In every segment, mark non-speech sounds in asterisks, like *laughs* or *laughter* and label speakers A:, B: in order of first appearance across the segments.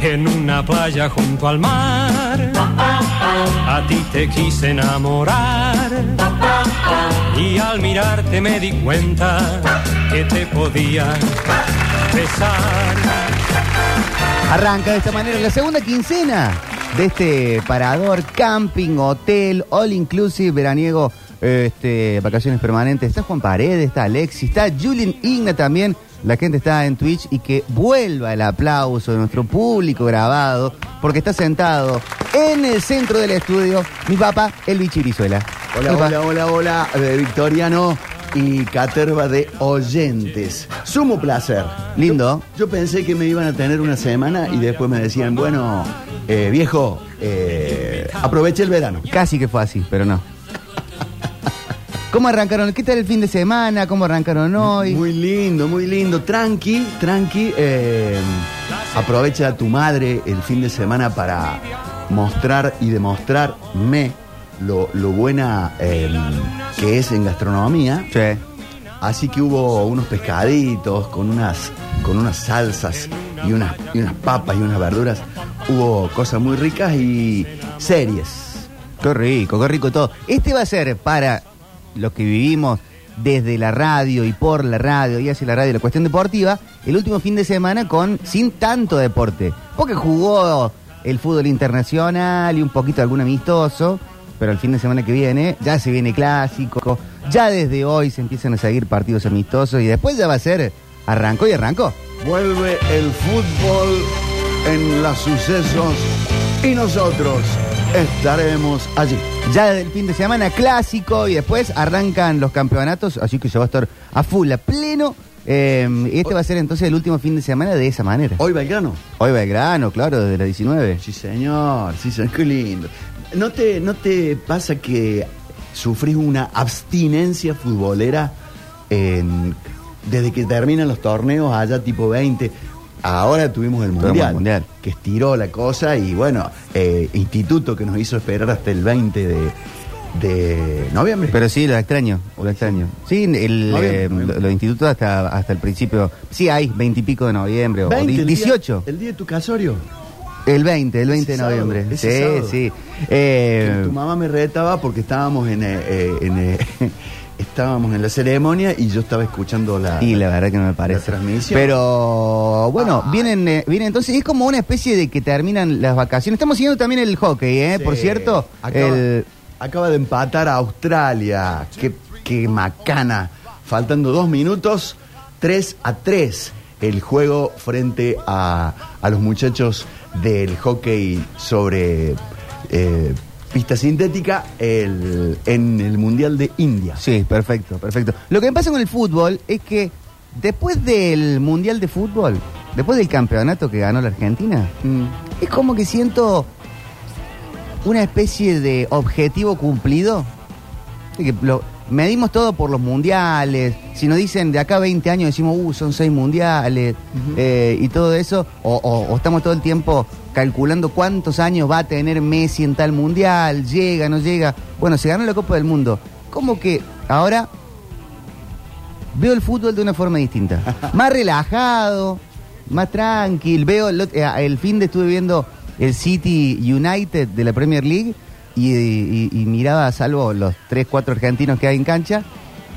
A: en una playa junto al mar. A ti te quise enamorar y al mirarte me di cuenta que te podía besar.
B: Arranca de esta manera la segunda quincena de este parador, camping, hotel, all inclusive, veraniego, eh, este, vacaciones permanentes. Está Juan Paredes, está Alexis, está Julian Igna también. La gente está en Twitch y que vuelva el aplauso de nuestro público grabado, porque está sentado en el centro del estudio mi papá, el Bichirizuela.
C: Hola, hola, hola, hola, eh, Victoriano y caterva de oyentes. Sumo placer.
B: Lindo.
C: Yo, yo pensé que me iban a tener una semana y después me decían, bueno, eh, viejo, eh, aproveche el verano.
B: Casi que fue así, pero no. ¿Cómo arrancaron? ¿Qué tal el fin de semana? ¿Cómo arrancaron hoy?
C: Muy lindo, muy lindo. Tranqui, tranqui. eh, aprovecha a tu madre el fin de semana para mostrar y demostrarme lo, lo buena eh, que es en gastronomía.
B: Sí.
C: Así que hubo unos pescaditos con unas, con unas salsas y unas, y unas papas y unas verduras. Hubo cosas muy ricas y series.
B: Qué rico, qué rico todo. Este va a ser para los que vivimos desde la radio y por la radio y hacia la radio la cuestión deportiva, el último fin de semana con sin tanto deporte. Porque jugó el fútbol internacional y un poquito algún amistoso, pero el fin de semana que viene ya se viene clásico, ya desde hoy se empiezan a seguir partidos amistosos y después ya va a ser arrancó y arrancó.
C: Vuelve el fútbol en los sucesos y nosotros estaremos allí.
B: Ya del fin de semana clásico y después arrancan los campeonatos, así que se va a estar a full, a pleno. Eh, este va a ser entonces el último fin de semana de esa manera.
C: Hoy Belgrano.
B: Hoy Belgrano, claro, desde las 19.
C: Sí, señor, sí, señor, qué lindo. ¿No te, ¿No te pasa que sufrís una abstinencia futbolera en- desde que terminan los torneos allá tipo 20? Ahora tuvimos el
B: Tuvimos
C: mundial,
B: el Mundial.
C: que estiró la cosa y bueno, eh, instituto que nos hizo esperar hasta el 20 de, de noviembre.
B: Pero sí, lo extraño, lo extraño. Sí, el,
C: Está bien,
B: eh,
C: está bien.
B: lo- los institutos hasta, hasta el principio. Sí, hay 20 y pico de noviembre, o
C: 20,
B: di-
C: el día-
B: 18.
C: el día de tu casorio.
B: El 20, el 20 de
C: Ese sábado,
B: noviembre.
C: ese
B: sí,
C: sábado.
B: sí. Eh,
C: Tu mamá me retaba porque estábamos en, eh, eh, en, eh, *laughs* estábamos en la ceremonia y yo estaba escuchando la.
B: Y la verdad que no me parece.
C: Ah, La transmisión.
B: Pero bueno,
C: Ah.
B: vienen, eh, vienen entonces, es como una especie de que terminan las vacaciones. Estamos siguiendo también el hockey, ¿eh?
C: Sí.
B: Por cierto,
C: Acaba,
B: el-
C: acaba de empatar a Australia. Qué, qué macana. Faltando dos minutos, 3 a 3 el juego frente a, a los muchachos del hockey sobre eh, pista sintética el- en el Mundial de India.
B: Sí, perfecto, perfecto. Lo que me pasa con el fútbol es que después del Mundial de Fútbol, después del campeonato que ganó la Argentina,
C: Mm.
B: es como que siento una especie de objetivo cumplido. De que lo- medimos todo por los mundiales. Si nos dicen de acá a 20 años, decimos, uh, son 6 mundiales eh, y todo eso. O, o- o estamos todo el tiempo calculando cuántos años va a tener Messi en tal mundial. Llega, no llega. Bueno, se ganó la Copa del Mundo. Como que ahora veo el fútbol de una forma distinta. Más relajado, más tranquilo. Veo el, ot- eh, el fin de estuve viendo el City United de la Premier League y, y- y miraba, salvo los 3, 4 argentinos que hay en cancha,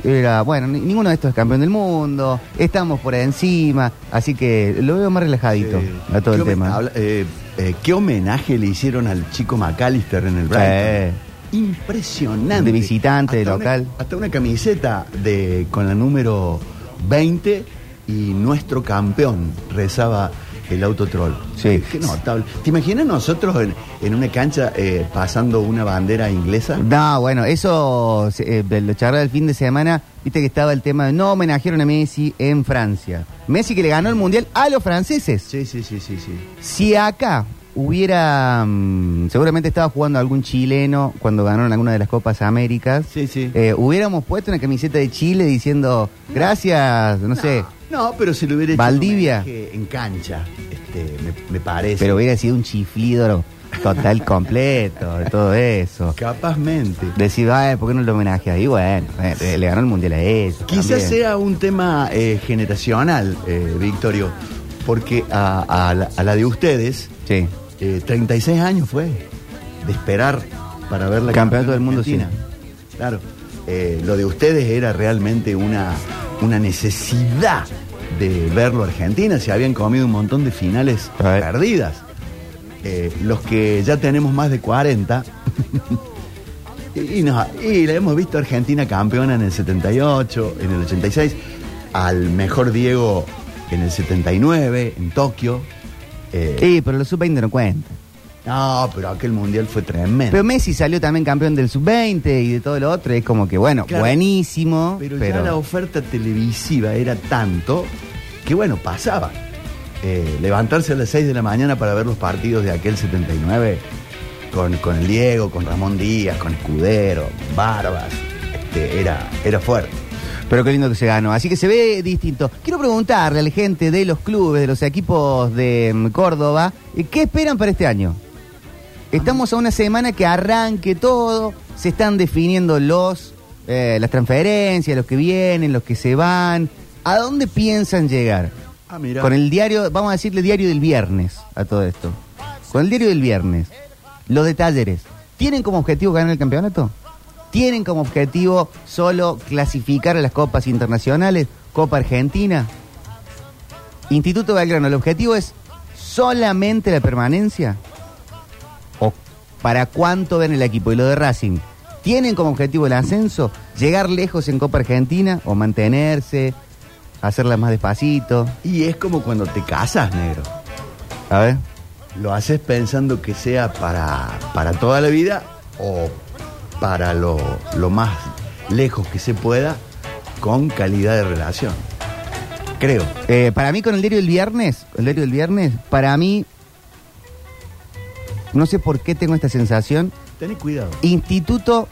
B: era, bueno, ni- ninguno de estos es campeón del mundo, estamos por encima, así que lo veo más relajadito
C: Eh,
B: a todo
C: ¿qué
B: el tema.
C: homena- habla- eh, eh, ¿Qué homenaje le hicieron al chico McAllister en el Brighton?
B: Eh.
C: Impresionante.
B: De visitante, de
C: una-
B: local.
C: hasta una camiseta de, con la número 20 y nuestro campeón rezaba el autotrol.
B: Sí.
C: Qué- qué notable. ¿Te imaginas nosotros en, en una cancha eh, pasando una bandera inglesa?
B: No, bueno, eso se- eh, lo charlaba el fin de semana. Viste que estaba el tema de no homenajearon a Messi en Francia. Messi que le ganó el mundial a los franceses.
C: Sí, sí, sí, sí, sí.
B: Si acá hubiera. mm, seguramente estaba jugando algún chileno cuando ganaron alguna de las Copas Américas.
C: Sí, sí.
B: Eh, hubiéramos puesto una camiseta de Chile diciendo gracias, no, sé.
C: No, pero se lo hubiera hecho un
B: Valdivia.
C: homenaje en cancha, este, me, me parece.
B: Pero hubiera sido un chiflido total completo de todo eso.
C: Capazmente.
B: Decir, ay, ¿por qué no lo homenajeas? Y bueno, eh, le, le ganó el mundial a eso.
C: Quizás sea un tema eh, generacional, eh, Victorio, porque a, a la, a la de ustedes,
B: Sí.
C: eh, 36 años fue de esperar para ver la
B: Campeonato
C: campeona
B: del mundo,
C: argentina. Claro, eh, lo de ustedes era realmente una, una necesidad de verlo a Argentina, se habían comido un montón de finales
B: A ver.
C: perdidas. Eh, los que ya tenemos más de 40 *laughs* y, y nos- y la hemos visto a Argentina campeona en el 78, en el 86, al mejor Diego en el 79, en Tokio. Eh,
B: Sí, pero los sub-20 no cuenta.
C: no, pero aquel mundial fue tremendo.
B: Pero Messi salió también campeón del sub-20 y de todo lo otro. Es como que, bueno,
C: Claro.
B: buenísimo.
C: Pero
B: Pero,
C: ya la oferta televisiva era tanto que, bueno, pasaba. Eh, levantarse a las 6 de la mañana para ver los partidos de aquel 79 con, con el Diego, con Ramón Díaz, con Escudero, Barbas, este, era, era fuerte.
B: pero qué lindo que se ganó. Así que se ve distinto. Quiero preguntarle a la gente de los clubes, de los equipos de mm, Córdoba, eh, ¿qué esperan para este año? Estamos a una semana que arranque todo, se están definiendo los eh, las transferencias, los que vienen, los que se van. ¿A dónde piensan llegar?
C: Ah, mira.
B: Con el diario, vamos a decirle diario del viernes a todo esto. Con el diario del viernes, los de Talleres, ¿tienen como objetivo ganar el campeonato? ¿Tienen como objetivo solo clasificar a las copas internacionales? Copa Argentina. Instituto Belgrano, ¿el objetivo es solamente la permanencia? ¿O para cuánto ven el equipo? Y lo de Racing, ¿tienen como objetivo el ascenso? ¿Llegar lejos en Copa Argentina? ¿O mantenerse? ¿Hacerla más despacito?
C: Y es como cuando te casas, negro.
B: A ver.
C: ¿Lo haces pensando que sea para, para toda la vida o para lo, lo más lejos que se pueda con calidad de relación? Creo.
B: Eh, para mí con el diario del viernes, el diario del viernes, para mí, no sé por qué tengo esta sensación,
C: Ten cuidado.
B: Instituto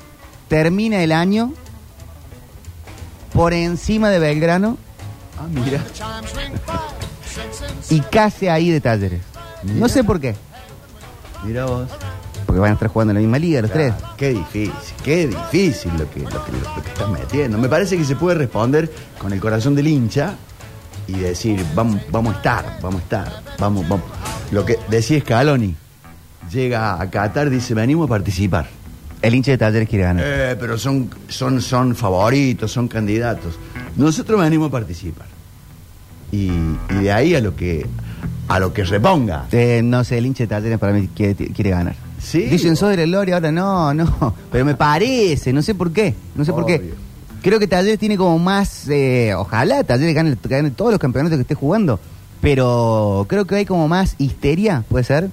B: termina el año por encima de Belgrano
C: Ah, mira.
B: y casi ahí de Talleres. No sé por qué,
C: Mira vos.
B: porque van a estar jugando en la misma liga los tres.
C: Claro, Qué difícil, qué difícil lo que, lo, que, lo que estás metiendo. Me parece que se puede responder con el corazón del hincha y decir, vamos, vamos a estar, vamos a estar, vamos, vamos. Lo que decía Scaloni, llega a Qatar, dice, venimos a participar.
B: El hincha de Talleres quiere ganar.
C: Eh, pero son, son, son favoritos, son candidatos. Nosotros venimos a participar. Y, y de ahí a lo que a lo que reponga.
B: Eh, no sé, el hincha de Talleres para mí quiere, quiere ganar.
C: Sí.
B: Dicen soy del Lori, ahora no, no. Pero me parece, no sé por qué. No sé por qué.
C: Obvio.
B: Creo que Talleres tiene como más. eh, ojalá Talleres gane, gane todos los campeonatos que esté jugando. Pero creo que hay como más histeria, puede ser.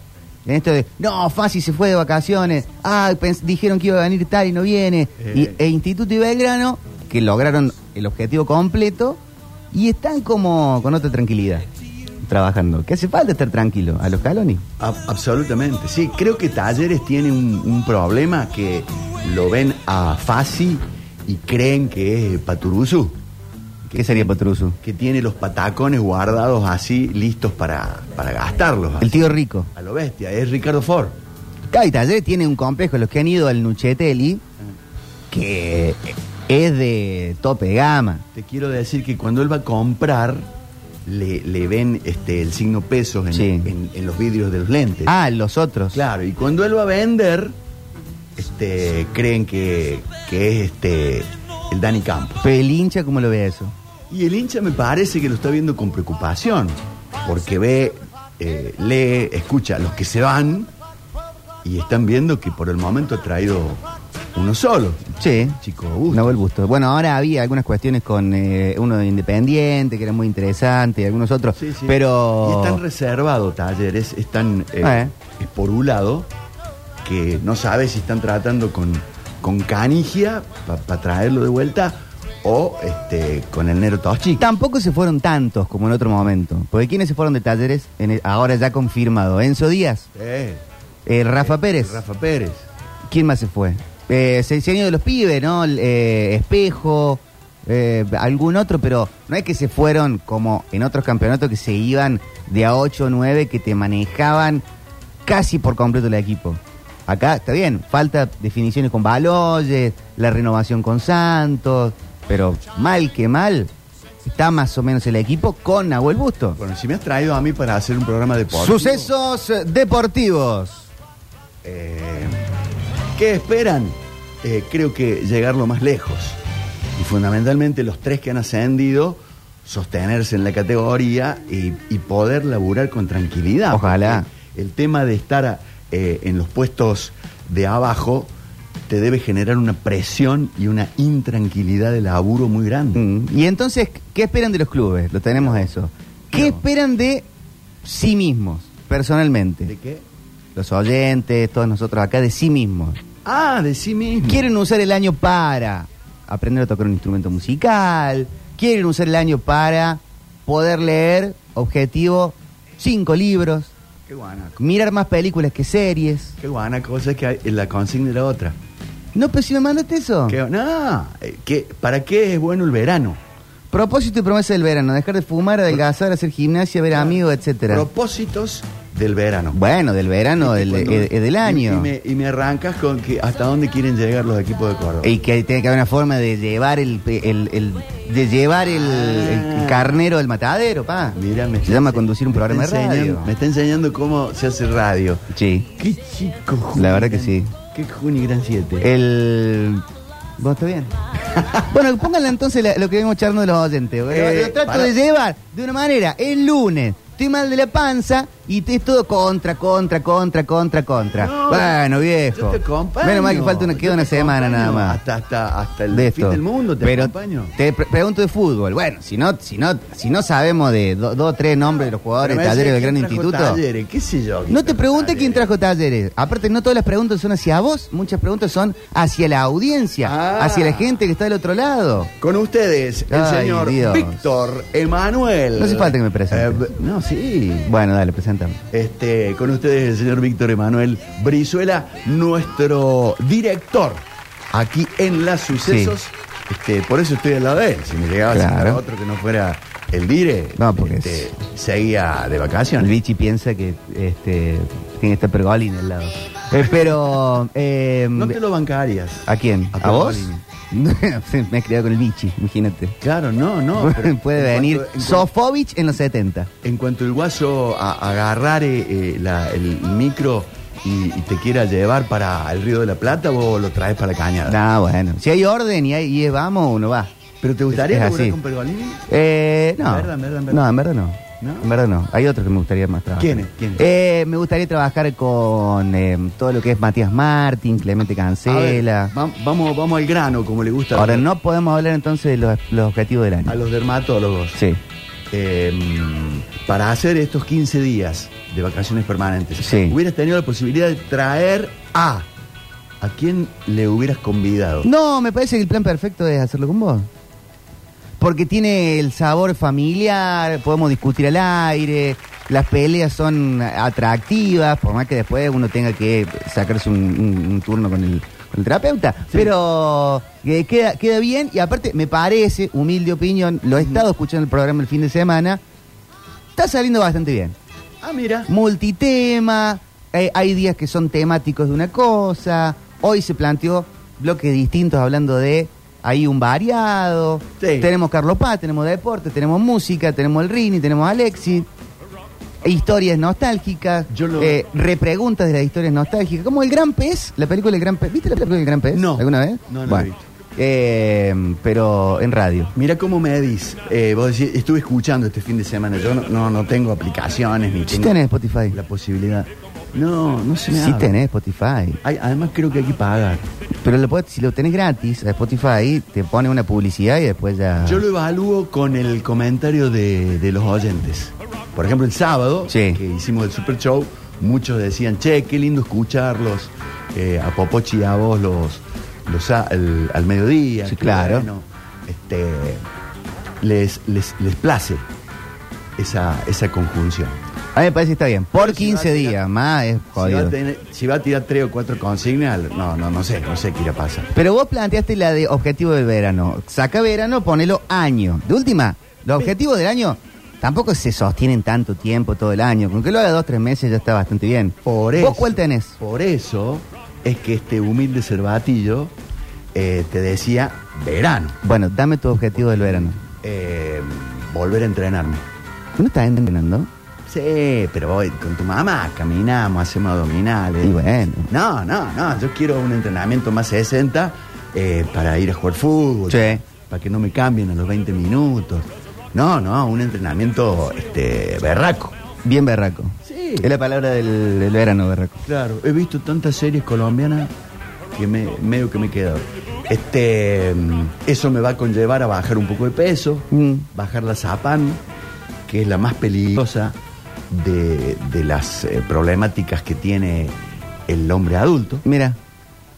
B: En esto de, no, Fácil se fue de vacaciones. Ah, pens- dijeron que iba a venir tal y no viene.
C: Eh.
B: Y, e Instituto y Belgrano, que lograron el objetivo completo. Y están como con otra tranquilidad trabajando. Que hace falta estar tranquilo a los Caloni.
C: A- absolutamente, sí. Creo que Talleres tiene un, un problema que lo ven a Fasi y creen que es Paturuzú,
B: ¿Qué sería Patruso?
C: que tiene los patacones guardados así, listos para, para gastarlos. así.
B: El tío rico.
C: A lo bestia, es Ricardo Ford.
B: Claro, y Talleres tiene un complejo, los que han ido al Nuchetelli, que es de tope de gama.
C: Te quiero decir que cuando él va a comprar, le, le ven este, el signo pesos en,
B: Sí.
C: en- en los vidrios de los lentes.
B: Ah, los otros.
C: Claro, y cuando él va a vender, este, creen que, que es este, el Dani Campos.
B: Pero el hincha, ¿cómo lo ve eso?
C: Y el hincha me parece que lo está viendo con preocupación, porque ve, eh, lee, escucha a los que se van y están viendo que por el momento ha traído uno solo.
B: Sí.
C: Chico
B: No
C: Augusto.
B: el busto. Bueno, ahora había algunas cuestiones con eh, uno de Independiente, que era muy interesante, y algunos otros.
C: Sí, sí. Y
B: Pero.
C: es tan reservado, Talleres, es tan eh,
B: Eh.
C: esporulado que no sabe si están tratando con, con canigia para traerlo de vuelta o este, con el Nero Toschi.
B: Tampoco se fueron tantos como en otro momento. Porque ¿quiénes se fueron de Talleres? En el- ahora ya confirmado. Enzo Díaz,
C: Eh,
B: eh, Rafa Pérez.
C: Rafa Pérez.
B: ¿Quién más se fue? Eh, se se han ido de los pibes, ¿no? El, eh, Espejo, eh, algún otro, pero no es que se fueron como en otros campeonatos que se iban de a 8 o 9 que te manejaban casi por completo el equipo. Acá está bien, falta definiciones con Baloyes, la renovación con Santos, pero mal que mal, está más o menos el equipo con Nahuel Busto.
C: Bueno, si me has traído a mí para hacer un programa deportivo.
B: Sucesos deportivos.
C: Eh, ¿Qué esperan? Eh, creo que llegar lo más lejos. Y fundamentalmente los tres que han ascendido, sostenerse en la categoría y, y poder laburar con tranquilidad.
B: Ojalá.
C: Porque El tema de estar a- eh, en los puestos de abajo te debe generar una presión y una intranquilidad de laburo muy grande.
B: Mm, Y entonces, ¿qué esperan de los clubes? Lo tenemos eso. ¿Qué
C: No.
B: esperan de sí mismos, personalmente?
C: ¿De qué?
B: Los oyentes, todos nosotros acá, de sí mismos.
C: Ah, de sí mismo.
B: Quieren usar el año para aprender a tocar un instrumento musical. Quieren usar el año para poder leer, objetivo, cinco libros.
C: Qué guana.
B: Mirar más películas que series.
C: Qué guana cosa que hay, la consigna era otra.
B: No, pero si me mandaste eso.
C: Que- no, eh, que- ¿para qué es bueno el verano?
B: Propósito y promesa del verano. Dejar de fumar, adelgazar, hacer gimnasia, ver amigos, etcétera.
C: Propósitos del verano.
B: Bueno, del verano, del,
C: Cuando-
B: eh, eh, del
C: y-
B: año.
C: Y, me, y me arrancas con que hasta dónde quieren llegar los equipos de Córdoba.
B: Y que tiene que haber una forma de llevar el, el- el- de llevar el, el- el carnero del matadero, pa.
C: Mira, Ah. me
B: Se llama conducir un programa de
C: está enseñando-
B: radio.
C: Me está enseñando cómo se hace radio.
B: Sí.
C: Qué chico.
B: La verdad que sí. Eh,
C: Qué Junigran 7.
B: El. ¿Vos está
C: *laughs*
B: bien? bueno, pónganle entonces la- lo que venimos charlando de los oyentes. Lo-
C: Eh,
B: lo trato
C: para.
B: de llevar de una manera. El lunes estoy mal de la panza y te- es todo contra, contra, contra, contra, contra.
C: No,
B: bueno, viejo.
C: Yo te acompaño.
B: Menos mal que falta una,
C: Yo
B: queda
C: te
B: una semana
C: acompaño
B: nada más.
C: Hasta, hasta, hasta el
B: de
C: fin
B: esto.
C: del mundo te
B: Pero
C: acompaño.
B: Te pre- pregunto de fútbol. Bueno, si no, si no, si no sabemos de do- dos o tres nombres de los jugadores de
C: Pero me
B: talleres del
C: decís,
B: gran
C: ¿quién trajo
B: instituto.
C: Talleres? ¿Qué sé yo?
B: No te pregunte
C: preguntes
B: quién trajo talleres. Aparte, no todas las preguntas son hacia vos, muchas preguntas son hacia la audiencia,
C: Ah.
B: hacia la gente que está del otro lado.
C: Con ustedes, el
B: Ay,
C: señor
B: Dios.
C: Víctor Emanuel.
B: No hace falta que me presente.
C: b- no, sí.
B: Bueno, dale, preséntame.
C: Este, con ustedes el señor Víctor Emanuel Brizuela, nuestro director aquí en Las Sucesos. Este, por eso estoy al lado de él. Si me llegaba a
B: Claro.
C: sacar otro que no fuera el dire,
B: No, porque
C: este, seguía de
B: El
C: vacaciones.
B: bichi piensa que este, tiene esta pergolina al lado. Eh, pero. eh,
C: No te lo bancarías.
B: ¿A quién?
C: A
B: ¿A, vos?
C: Pergolini.
B: *laughs* Me he criado con el bichi, imagínate.
C: Claro,
B: *laughs*
C: no, no. pero
B: Puede
C: en
B: venir
C: cuanto- en cuanto-
B: Sofovich en los 70.
C: En cuanto el guaso a, agarrar el micro y, y te quiera llevar para el Río de la Plata, vos lo traes para la cañada.
B: No, bueno. Si hay orden y, hay, y vamos, uno va.
C: Ah, ¿Pero te gustaría
B: Es- es
C: laburar
B: así.
C: con Pergolini?
B: Eh,
C: En
B: no.
C: verdad, en verdad, en verdad.
B: No, en verdad no.
C: ¿No?
B: En verdad no. Hay otros que me gustaría más trabajar.
C: ¿Quiénes? ¿Quiénes?
B: Eh, me gustaría trabajar con eh, todo lo que es Matías Martín, Clemente
C: A ver,
B: Cancela.
C: vam- vamos, vamos al grano, como le gusta
B: Ahora
C: a,
B: no podemos hablar entonces de los, los objetivos del
C: a
B: año.
C: los dermatólogos.
B: Sí.
C: Eh, para hacer estos 15 días de vacaciones permanentes,
B: Sí.
C: hubieras tenido la posibilidad de traer a... ¿A quién le hubieras convidado?
B: No, me parece que el plan perfecto es hacerlo con vos. Porque tiene el sabor familiar, podemos discutir al aire, las peleas son atractivas, por más que después uno tenga que sacarse un, un- un turno con el, con el terapeuta. Pero eh, queda, queda bien y aparte me parece, humilde opinión, lo he estado escuchando el programa el fin de semana, está saliendo bastante bien
C: Ah, mira.
B: multitema, eh, hay días que son temáticos de una cosa, hoy se planteó bloques distintos hablando de ahí un variado,
C: Sí.
B: tenemos Carlos Paz, tenemos deporte, tenemos música, tenemos el Rini, tenemos Alexi, historias nostálgicas,
C: Yo lo-
B: eh, repreguntas de las historias nostálgicas, como el Gran Pez, la película del Gran Pez, ¿viste la película del Gran Pez?
C: No.
B: ¿Alguna vez?
C: No, no la he
B: Bueno,
C: visto.
B: eh, pero en radio.
C: Mira cómo me dis. Eh, vos decís, estuve escuchando este fin de semana. Yo no, no, no tengo aplicaciones ni
B: Si
C: tengo
B: tenés Spotify.
C: la posibilidad. No, no se me
B: Si
C: abre.
B: tenés Spotify.
C: Ay, además creo que hay que pagar.
B: Pero lo podés- si lo tenés gratis a Spotify, te pone una publicidad y después ya.
C: Yo lo evalúo con el comentario de, de los oyentes. Por ejemplo, el sábado,
B: Sí.
C: que hicimos el Super Show, muchos decían, che, qué lindo escucharlos eh, a Popochi y a vos los, los a- al, al mediodía.
B: Sí,
C: qué
B: claro.
C: bueno". este, les, les, les place esa, esa conjunción.
B: A mí me parece que está bien. Por
C: Pero si
B: 15
C: va a tirar-
B: días más es
C: Si va, a
B: jodido.
C: tener- si va a tirar tres o cuatro consignas, no, no, no sé, no sé qué irá a pasar.
B: Pero vos planteaste la de objetivo del verano. Saca verano, ponelo año. De última, los objetivos del año tampoco se sostienen tanto tiempo todo el año. Con que lo haga dos tres meses ya está bastante bien.
C: Por eso,
B: ¿Vos cuál tenés?
C: Por eso es que este humilde cervatillo eh, te decía verano.
B: Bueno, dame tu objetivo del verano.
C: Eh, volver a entrenarme.
B: ¿No estás entrenando?
C: Sí, pero voy con tu mamá, caminamos, hacemos abdominales.
B: Y bueno.
C: No, no, no, yo quiero un entrenamiento más 60 eh, para ir a jugar fútbol.
B: Sí.
C: Para que no me cambien a los 20 minutos. No, no, un entrenamiento este, berraco.
B: Bien berraco.
C: Sí.
B: Es la palabra del, del verano, berraco.
C: Claro, he visto tantas series colombianas que me, medio que me he quedado. Este, mm, eso me va a conllevar a bajar un poco de peso,
B: Mm.
C: bajar la zapán, que es la más peligrosa de, de las eh, problemáticas que tiene el hombre adulto.
B: Mira,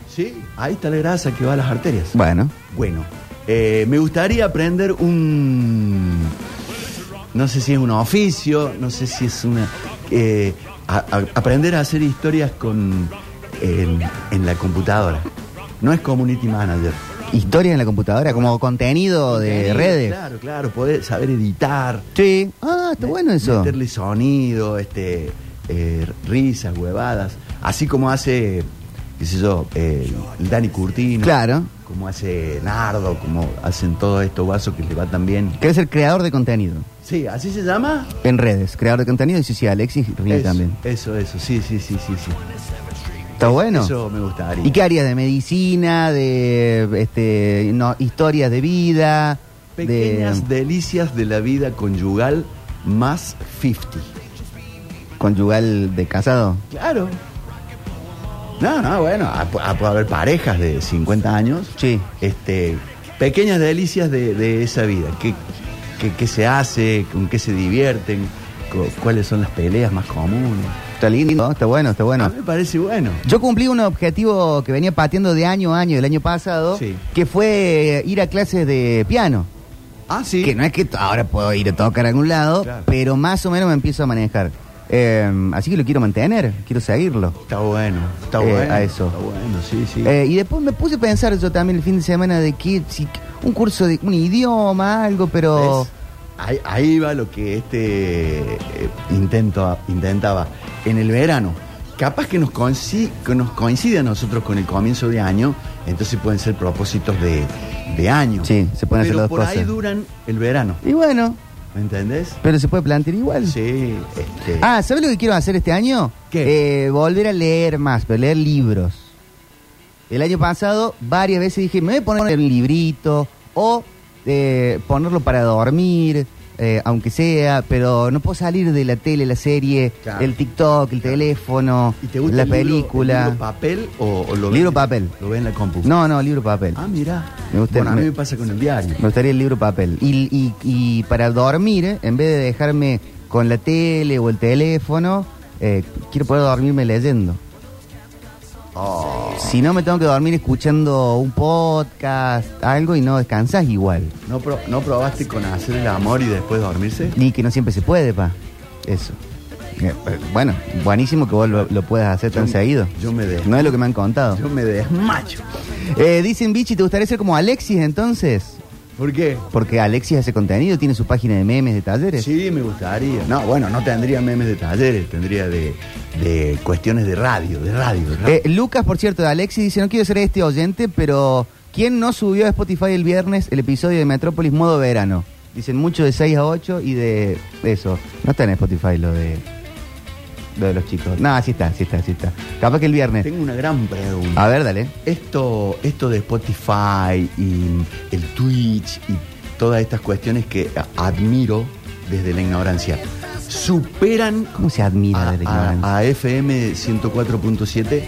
C: Sí, ahí está la grasa que va a las arterias.
B: bueno.
C: Bueno, eh, me gustaría aprender un... No sé si es un oficio, no sé si es una... eh, a- a- aprender a hacer historias con en, en la computadora. No es community manager.
B: Historia en la computadora, como contenido de
C: Eh,
B: redes.
C: Claro, claro, poder saber editar.
B: Sí. Ah, está bueno eso.
C: Meterle sonido, este, eh, risas, huevadas. Así como hace, qué sé yo, eh, el Dani Curtino.
B: Claro.
C: Como hace Nardo, como hacen todos estos vasos que le va tan bien.
B: Querés ser creador de contenido.
C: Sí, así se llama.
B: En redes, creador de contenido y sí, sí, Alexis Ríe
C: Eso,
B: también.
C: Eso, eso, sí, sí, sí, sí, sí.
B: Está bueno.
C: Eso me gustaría.
B: ¿Y qué harías? ¿De medicina? ¿De este, no, historias de vida? de-
C: Pequeñas delicias de la vida conyugal más 50.
B: ¿Conyugal de casado?
C: Claro. No, no, bueno, a- a- puede haber parejas de 50 años.
B: Sí.
C: Este, pequeñas delicias de, de esa vida. ¿Qué, qué, qué se hace? ¿Con qué se divierten? cu- ¿Cuáles son las peleas más comunes?
B: Está lindo, está bueno, está
C: A
B: bueno.
C: mí me parece bueno.
B: Yo cumplí un objetivo que venía pateando de año a año el año pasado,
C: Sí.
B: que fue ir a clases de piano.
C: Ah, sí.
B: Que no es que t- ahora puedo ir a tocar a algún lado,
C: Claro.
B: pero más o menos me empiezo a manejar. Eh, así que lo quiero mantener, quiero seguirlo.
C: Está bueno, está
B: Eh,
C: bueno.
B: a eso.
C: Está bueno, sí, sí.
B: Eh, y después me puse a pensar yo también el fin de semana de que si un curso de un idioma, algo, pero...
C: ¿Ves? Ahí, ahí va lo que este eh, intento, intentaba. En el verano, capaz que nos, coinci- que nos coincide a nosotros con el comienzo de año, entonces pueden ser propósitos de, de año.
B: Sí, se pueden hacer
C: Pero
B: las dos
C: por ahí
B: cosas.
C: duran el verano,
B: Y bueno,
C: ¿me entendés?
B: pero se puede plantear igual.
C: Sí, este,
B: Ah, ¿sabes lo que quiero hacer este año?
C: ¿Qué?
B: Eh, volver a leer más, pero leer libros. El año pasado varias veces dije, me voy a poner el librito o eh, ponerlo para dormir, eh, aunque sea, pero no puedo salir de la tele, la serie,
C: Claro.
B: el TikTok, el teléfono,
C: ¿Y te gusta
B: la
C: el libro-
B: película.
C: el libro papel o, o lo
B: Libro
C: ven-
B: papel.
C: Lo ven en la compu.
B: no, no, libro papel.
C: Ah, mira.
B: Me gusta el-
C: bueno, a mí
B: me-
C: me pasa con el diario.
B: Me gustaría el libro papel. Y, y- y para dormir, eh, en vez de dejarme con la tele o el teléfono, eh, quiero poder dormirme leyendo. Oh. Si no, me tengo que dormir escuchando un podcast, algo, y no descansas igual.
C: ¿No, pro- ¿No probaste con hacer el amor y después dormirse?
B: Y que no siempre se puede, pa. Eso. Eh, eh, Bueno, buenísimo que vos lo, lo puedas hacer tan
C: Yo-
B: seguido.
C: yo me dejo.
B: No es lo que me han contado.
C: Yo me desmacho.
B: Eh, dicen, Bichi, ¿te gustaría ser como Alexis entonces?
C: ¿Por qué?
B: Porque Alexis hace contenido, tiene su página de memes, de talleres.
C: Sí, me gustaría. No, bueno, no tendría memes de talleres, tendría de, de cuestiones de radio, de radio. de radio.
B: Eh, Lucas, por cierto, de Alexis dice, no quiero ser este oyente, pero ¿quién no subió a Spotify el viernes el episodio de Metrópolis modo verano? Dicen mucho de 6 a 8 y de eso. No está en Spotify lo de, lo de los chicos. No, sí está, sí está, sí está. Capaz que el viernes.
C: Tengo una gran
B: A
C: pregunta.
B: ver, dale.
C: Esto, esto de Spotify y el Twitch y todas estas cuestiones que admiro desde la ignorancia, ¿superan
B: ¿Cómo se admira
C: a,
B: de la
C: a-
B: ignorancia?
C: a FM 104.7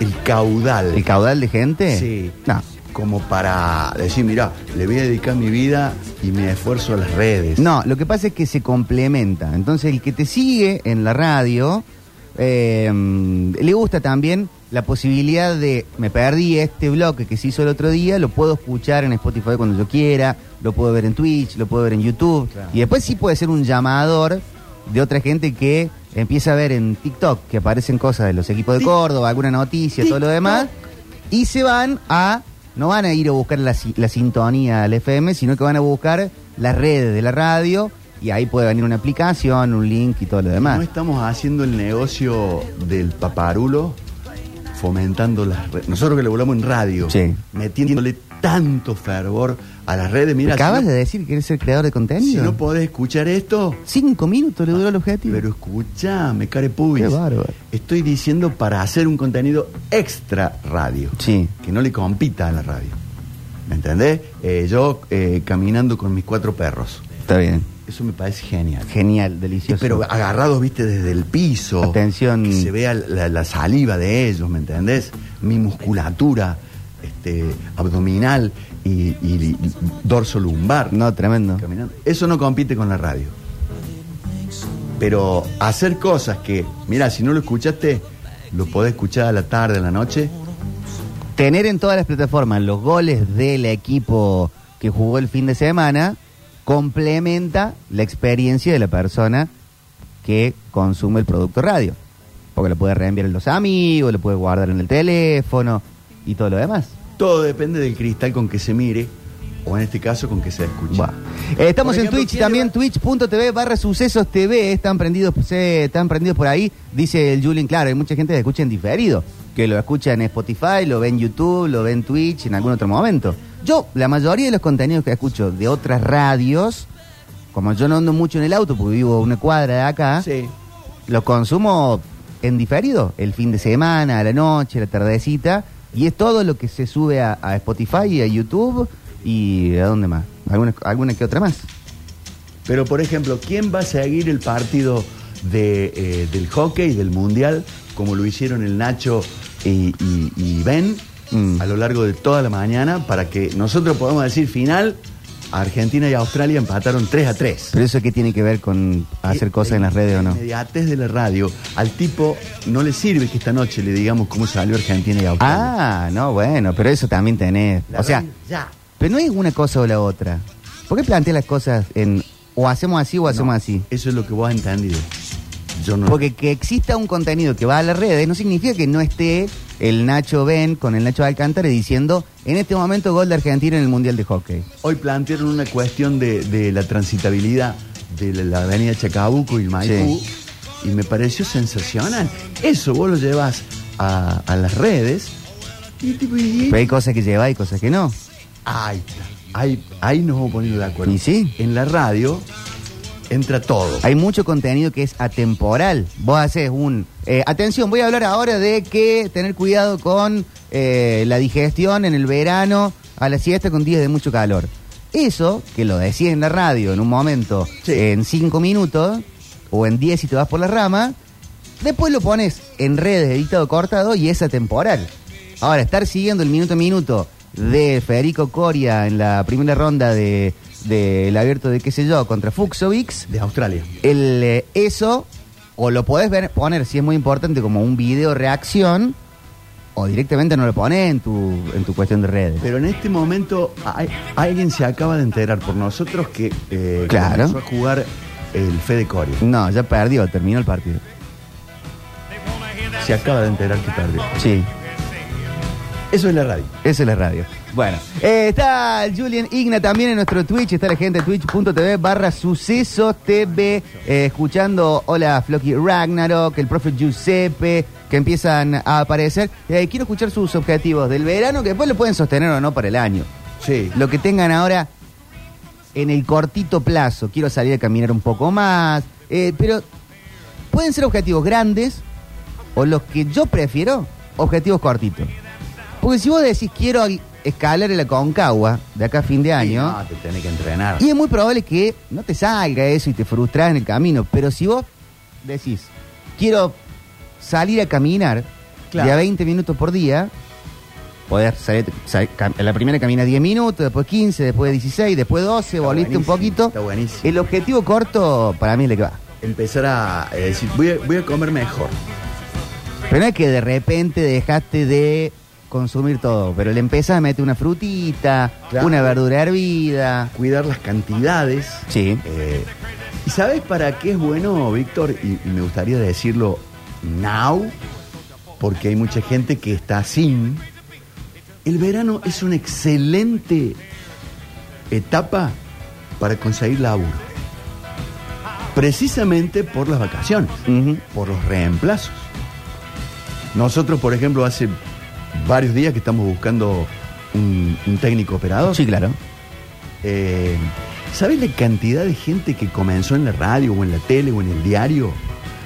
C: el caudal?
B: ¿El caudal de gente?
C: ah, Sí.
B: No.
C: Como para decir, mira, le voy a dedicar mi vida y mi esfuerzo a las redes.
B: No, lo que pasa es que se complementa. Entonces, el que te sigue en la radio, eh, le gusta también la posibilidad de, me perdí este bloque que se hizo el otro día, lo puedo escuchar en Spotify cuando yo quiera, lo puedo ver en Twitch, lo puedo ver en YouTube.
C: Claro.
B: Y después sí puede ser un llamador de otra gente que empieza a ver en TikTok, que aparecen cosas de los equipos de
C: Tik-
B: Córdoba, alguna noticia, todo lo
C: TikTok.
B: demás y se van a, no van a ir a buscar la, si- la sintonía al FM, sino que van a buscar las redes de la radio y ahí puede venir una aplicación, un link y todo lo
C: No
B: demás.
C: estamos haciendo el negocio del paparulo, fomentando las redes. Nosotros que le volamos en radio,
B: Sí.
C: metiéndole tanto fervor a las redes. Mira,
B: Acabas
C: si no,
B: de decir que eres el creador de
C: si
B: contenido.
C: no podés escuchar esto,
B: Cinco minutos le duró el objetivo.
C: pero escúchame, care pubis.
B: Qué bárbaro.
C: Estoy diciendo para hacer un contenido extra radio.
B: Sí.
C: Que no le compita a la radio. ¿Me entendés? Eh, yo eh, caminando con mis cuatro perros.
B: Está bien.
C: Eso me parece genial.
B: Genial,
C: Sí,
B: delicioso.
C: pero agarrados, viste, desde el piso.
B: Atención.
C: Que se vea la, la saliva de ellos, ¿me entendés? Mi musculatura este, abdominal y, y- y dorso lumbar.
B: No, tremendo.
C: Caminando. Eso no compite con la radio. Pero hacer cosas que, mira, si no lo escuchaste, lo podés escuchar a la tarde, a la noche.
B: Tener en todas las plataformas los goles del equipo que jugó el fin de semana complementa la experiencia de la persona que consume el producto radio. Porque lo puede reenviar a los amigos, lo puede guardar en el teléfono y todo lo demás.
C: Todo depende del cristal con que se mire, o en este caso con que se escuche.
B: Buah. Eh, estamos
C: Por ejemplo,
B: en Twitch
C: ¿quién le
B: también,
C: va-
B: twitch.tv barra sucesos TV. Están prendidos, eh, están prendidos por ahí, dice el Julien. Claro, hay mucha gente que escucha en diferido, que lo escucha en Spotify, lo ve en YouTube, lo ve en Twitch en algún otro momento. Yo, la mayoría de los contenidos que escucho de otras radios, como yo no ando mucho en el auto porque vivo a una cuadra de acá,
C: Sí.
B: los consumo en diferido, el fin de semana, a la noche, la tardecita, y es todo lo que se sube a, a Spotify y a YouTube y a dónde más, alguna, alguna que otra más.
C: Pero, por ejemplo, ¿quién va a seguir el partido de, eh, del hockey, del mundial, como lo hicieron el Nacho y, y- y Ben
B: Mm.
C: a lo largo de toda la mañana para que nosotros podamos decir final? Argentina y Australia empataron 3 a 3.
B: Pero eso qué tiene que ver con hacer cosas en las redes o no.
C: Inmediatez de la radio. Al tipo no le sirve que esta noche le digamos cómo salió Argentina y Australia.
B: Ah, no, bueno, pero eso también tenés.
C: La
B: O sea,
C: radio, ya.
B: pero no es una cosa o la otra. ¿Por qué planteas las cosas en o hacemos así o hacemos
C: No,
B: así?
C: Eso es lo que vos has entendido. Yo no.
B: Porque que exista un contenido que va a las redes no significa que no esté el Nacho Ben con el Nacho Alcántara diciendo en este momento gol de Argentina en el Mundial de Hockey.
C: Hoy plantearon una cuestión de, de la transitabilidad de la, la avenida Chacabuco y Maipú y me pareció sensacional. Eso vos lo llevas a, a las redes y tipo, y-
B: Pero hay cosas que lleva y cosas que no.
C: ahí, está, ahí, ahí nos vamos poniendo de acuerdo.
B: Y sí.
C: En la radio entra todo.
B: Hay mucho contenido que es atemporal. Vos haces un... eh, atención, voy a hablar ahora de que tener cuidado con eh, la digestión en el verano, a la siesta con días de mucho calor. Eso, que lo decís en la radio en un momento,
C: Sí.
B: en cinco minutos, o en diez si te vas por la rama, después lo pones en redes, editado, cortado, y es atemporal. Ahora, estar siguiendo el minuto a minuto de Federico Coria en la primera ronda de- del abierto de qué sé yo contra Fuxovics
C: De Australia.
B: el, eh, eso o lo podés ver, poner si es muy importante como un video reacción o directamente no lo pones en tu, en tu cuestión de redes.
C: Pero en este momento hay- alguien se acaba de enterar por nosotros que eh,
B: Claro.
C: comenzó a jugar el Fede Corio.
B: No, ya perdió, terminó el partido.
C: Se acaba de enterar que perdió.
B: Sí,
C: Eso es la radio.
B: eso es la radio. Bueno, eh, está el Julian Igna también en nuestro Twitch, está la gente twitch.tv barra sucesos TV, eh, escuchando hola Floki Ragnarok, el profe Giuseppe, que empiezan a aparecer. Eh, quiero escuchar sus objetivos del verano, que después lo pueden sostener o no para el año.
C: Sí.
B: lo que tengan ahora en el cortito plazo. Quiero salir a caminar un poco más. eh, pero pueden ser objetivos grandes o los que yo prefiero, objetivos cortitos. Porque si vos decís quiero escalar el Aconcagua de acá a fin de año,
C: No, te tenés que entrenar.
B: y es muy probable que no te salga eso y te frustras en el camino. Pero si vos decís, quiero salir a caminar
C: Claro.
B: de a 20 minutos por día, podés salir, sal- cam- la primera camina 10 minutos, después 15, después 16, después 12,
C: Está
B: volviste un
C: buenísimo,
B: poquito.
C: está buenísimo.
B: El objetivo corto para mí es lo que va.
C: Empezar a eh, decir, voy a, voy a comer mejor.
B: Pero no es que de repente dejaste de consumir todo, pero le empezás a meter una frutita,
C: Claro.
B: una verdura hervida.
C: Cuidar las cantidades.
B: Sí.
C: Eh, ¿Y sabes para qué es bueno, Víctor? Y, y me gustaría decirlo now, porque hay mucha gente que está sin. El verano es una excelente etapa para conseguir laburo. Precisamente por las vacaciones.
B: Ujú.
C: por los reemplazos. Nosotros, por ejemplo, hace varios días que estamos buscando un, un técnico operador.
B: Sí, claro.
C: Eh, ¿Sabes la cantidad de gente que comenzó en la radio o en la tele o en el diario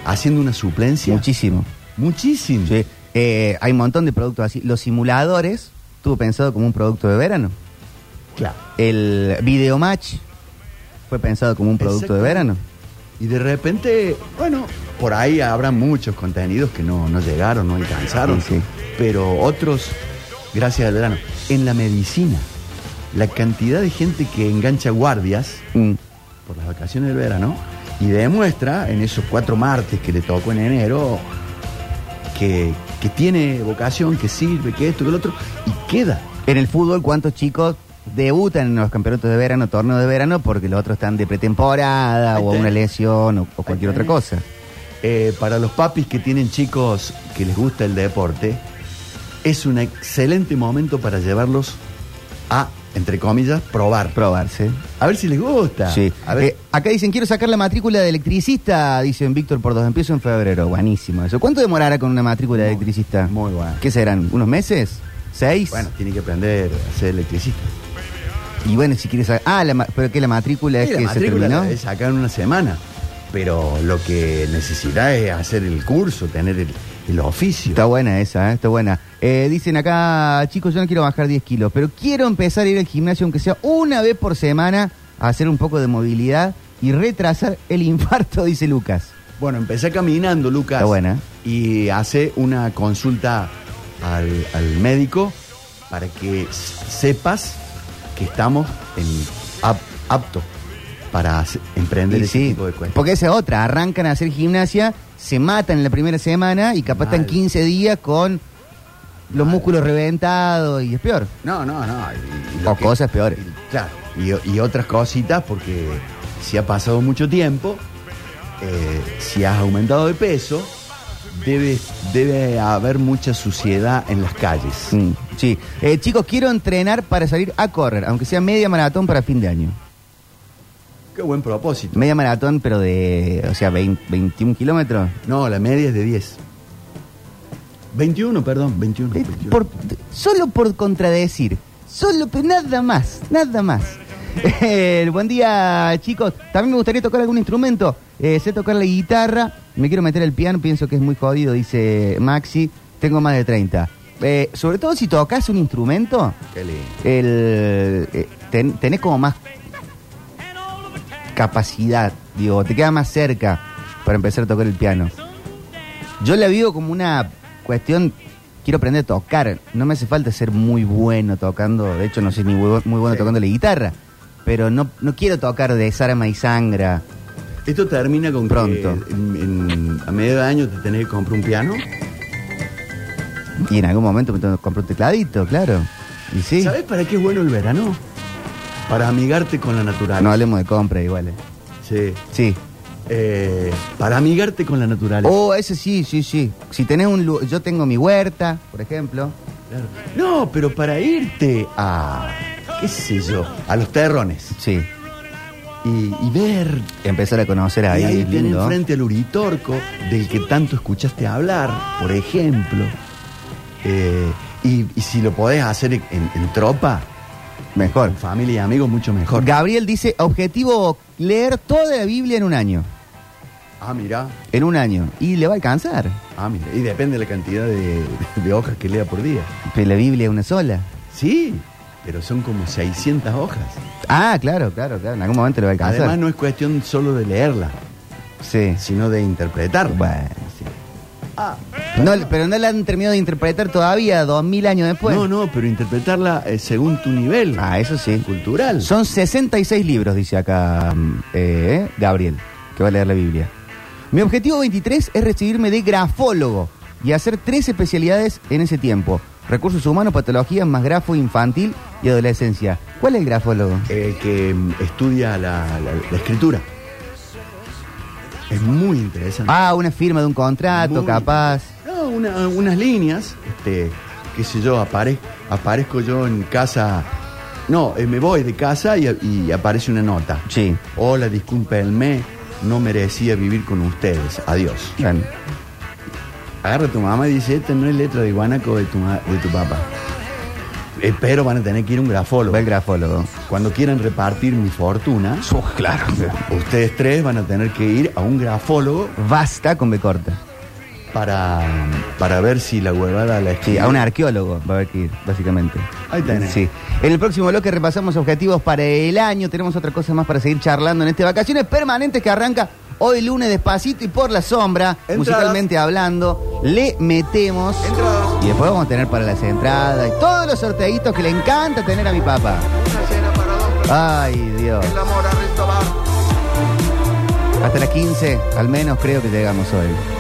C: haciendo una suplencia?
B: Muchísimo.
C: Muchísimo.
B: Sí. Eh, hay un montón de productos así. Los simuladores, estuvo pensado como un producto de verano.
C: Claro.
B: El videomatch fue pensado como un producto de
C: Exactamente.
B: verano.
C: Y de repente, bueno, por ahí habrá muchos contenidos que no, no llegaron, no alcanzaron,
B: Sí, sí.
C: pero otros, gracias al verano. En la medicina, la cantidad de gente que engancha guardias
B: Mm.
C: por las vacaciones del verano y demuestra en esos cuatro martes que le tocó en enero que, que tiene vocación, que sirve, que esto, que lo otro, y queda.
B: En el fútbol, ¿cuántos chicos debutan en los campeonatos de verano, torneos de verano, porque los otros están de pretemporada
C: Ahí
B: o a
C: tenés.
B: una lesión o, o cualquier
C: Ahí
B: otra
C: tenés.
B: cosa?
C: Eh, para los papis que tienen chicos que les gusta el deporte, es un excelente momento para llevarlos a, entre comillas, probar.
B: Probarse.
C: A ver si les gusta.
B: Sí.
C: A ver,
B: Eh, acá dicen, quiero sacar la matrícula de electricista, dicen Víctor por dos. Empiezo en febrero. Buenísimo eso. ¿Cuánto demorará con una matrícula de electricista?
C: muy bueno.
B: ¿Qué serán? ¿Unos meses? ¿Seis?
C: bueno, tiene que aprender a ser electricista.
B: Y bueno, si quieres... sa- Ah, la ma- pero que la matrícula es
C: Sí, la
B: que se
C: matrícula
B: terminó.
C: la debe sacar en una semana. Pero lo que necesita es hacer el curso, tener el, el oficio.
B: Está buena esa, ¿eh? está buena. Eh, dicen acá, chicos, yo no quiero bajar 10 kilos, pero quiero empezar a ir al gimnasio, aunque sea una vez por semana, a hacer un poco de movilidad y retrasar el infarto, *laughs* dice Lucas.
C: Bueno, empecé caminando, Lucas.
B: Está buena.
C: Y hace una consulta al, al médico para que s- sepas que estamos en ap- apto para hace- emprender
B: Y
C: ese
B: sí,
C: tipo de cuestiones.
B: porque esa es otra, arrancan a hacer gimnasia, se matan en la primera semana y capaz
C: Mal.
B: están 15 días con los
C: Mal.
B: músculos reventados y es peor.
C: No, no, no. y- y lo
B: O cosas peores.
C: y- claro. Y, y otras cositas porque si ha pasado mucho tiempo, eh, si has aumentado de peso, debe, debe haber mucha suciedad en las calles.
B: Mm, sí. Eh, chicos, quiero entrenar para salir a correr, aunque sea media maratón para fin de año.
C: Qué buen propósito.
B: Media maratón, pero de, o sea, 20 21 kilómetros.
C: No, la media es de 10. 21, perdón, 21.
B: Eh,
C: 21.
B: por- solo por contradecir. Solo, pero nada más, nada más. Eh, buen día, chicos. También me gustaría tocar algún instrumento. Eh, sé tocar la guitarra. Me quiero meter el piano. Pienso que es muy jodido, dice Maxi. Tengo más de 30. Eh, sobre todo si tocas un instrumento,
C: Qué lindo.
B: el, eh, ten- tenés como más capacidad, digo, te queda más cerca para empezar a tocar el piano. Yo la vivo como una cuestión, quiero aprender a tocar, no me hace falta ser muy bueno tocando, de hecho no soy ni muy, bu- muy bueno
C: Sí.
B: tocando la guitarra, pero no, no quiero tocar de Sarama y Sangra.
C: Esto termina con
B: Pronto.
C: que en- en- a medio de año te tenés que comprar un piano.
B: Y en algún momento me tengo que comprar un tecladito, claro. Y sí,
C: ¿Sabes para qué es bueno el verano? Para amigarte con la naturaleza.
B: no hablemos de compra igual. eh.
C: Sí.
B: Sí.
C: Eh, para amigarte con la naturaleza.
B: Oh, ese sí, sí, sí. Si tenés un lu- yo tengo mi huerta, por ejemplo.
C: Claro. No, pero para irte a, qué sé yo, a los terrones
B: Ah, Sí.
C: y, y ver.
B: Empezar a conocer
C: y
B: ahí,
C: ahí
B: es
C: tenés
B: lindo.
C: frente al uritorco del que tanto escuchaste hablar, por ejemplo. Eh, y, y si lo podés hacer en, en tropa,
B: Mejor.
C: con familia y amigos, mucho mejor.
B: Gabriel dice, objetivo, leer toda la Biblia en un año.
C: Ah, mira,
B: En un año. Y le va a alcanzar.
C: ah, mira. Y depende de la cantidad de, de hojas que lea por día.
B: Pero la Biblia es una sola.
C: Sí, pero son como 600 hojas.
B: Ah, claro, claro, claro. En algún momento le va a alcanzar.
C: Además, no es cuestión solo de leerla,
B: Sí.
C: sino de interpretarla.
B: Bueno, sí.
C: Ah,
B: No, pero no la han terminado de interpretar todavía, dos mil años después.
C: no, no, pero interpretarla eh, según tu nivel
B: Ah, eso sí.
C: cultural.
B: Son 66 libros, dice acá mm, eh, Gabriel, que va a leer la Biblia. Mi objetivo 23 es recibirme de grafólogo y hacer tres especialidades en ese tiempo. Recursos humanos, patología, más grafo infantil y adolescencia. ¿Cuál es el grafólogo?
C: eh, que mm, estudia la, la- la escritura. Es muy interesante.
B: Ah, una firma de un contrato,
C: Muy-
B: capaz.
C: Ah, No, una- unas líneas, este, qué sé yo, apare- aparezco yo en casa. No, eh, me voy de casa y, y aparece una nota.
B: Sí.
C: Hola, discúlpenme, no merecía vivir con ustedes. Adiós.
B: Bueno,
C: Agarra a tu mamá y dice, esta no es letra de guanaco de tu, ma- de tu papá. Eh, pero van a tener que ir a un grafólogo.
B: Va el grafólogo.
C: Cuando quieran repartir mi fortuna,
B: Claro.
C: ustedes tres van a tener que ir a un grafólogo
B: Basta con B corta.
C: para, para ver si la huevada la
B: Sí,
C: esquina.
B: a un arqueólogo va a haber que ir, básicamente.
C: Ahí tenés.
B: Sí. En el próximo bloque repasamos objetivos para el año. Tenemos otra cosa más para seguir charlando en este vacaciones permanentes que arranca hoy lunes despacito y por la sombra,
C: Entradas.
B: musicalmente hablando. Le metemos.
C: Entradas.
B: Y después vamos a tener para las entradas y todos los sorteitos que le encanta tener a mi papá. Ay, Dios. Hasta las 15, al menos creo que llegamos hoy.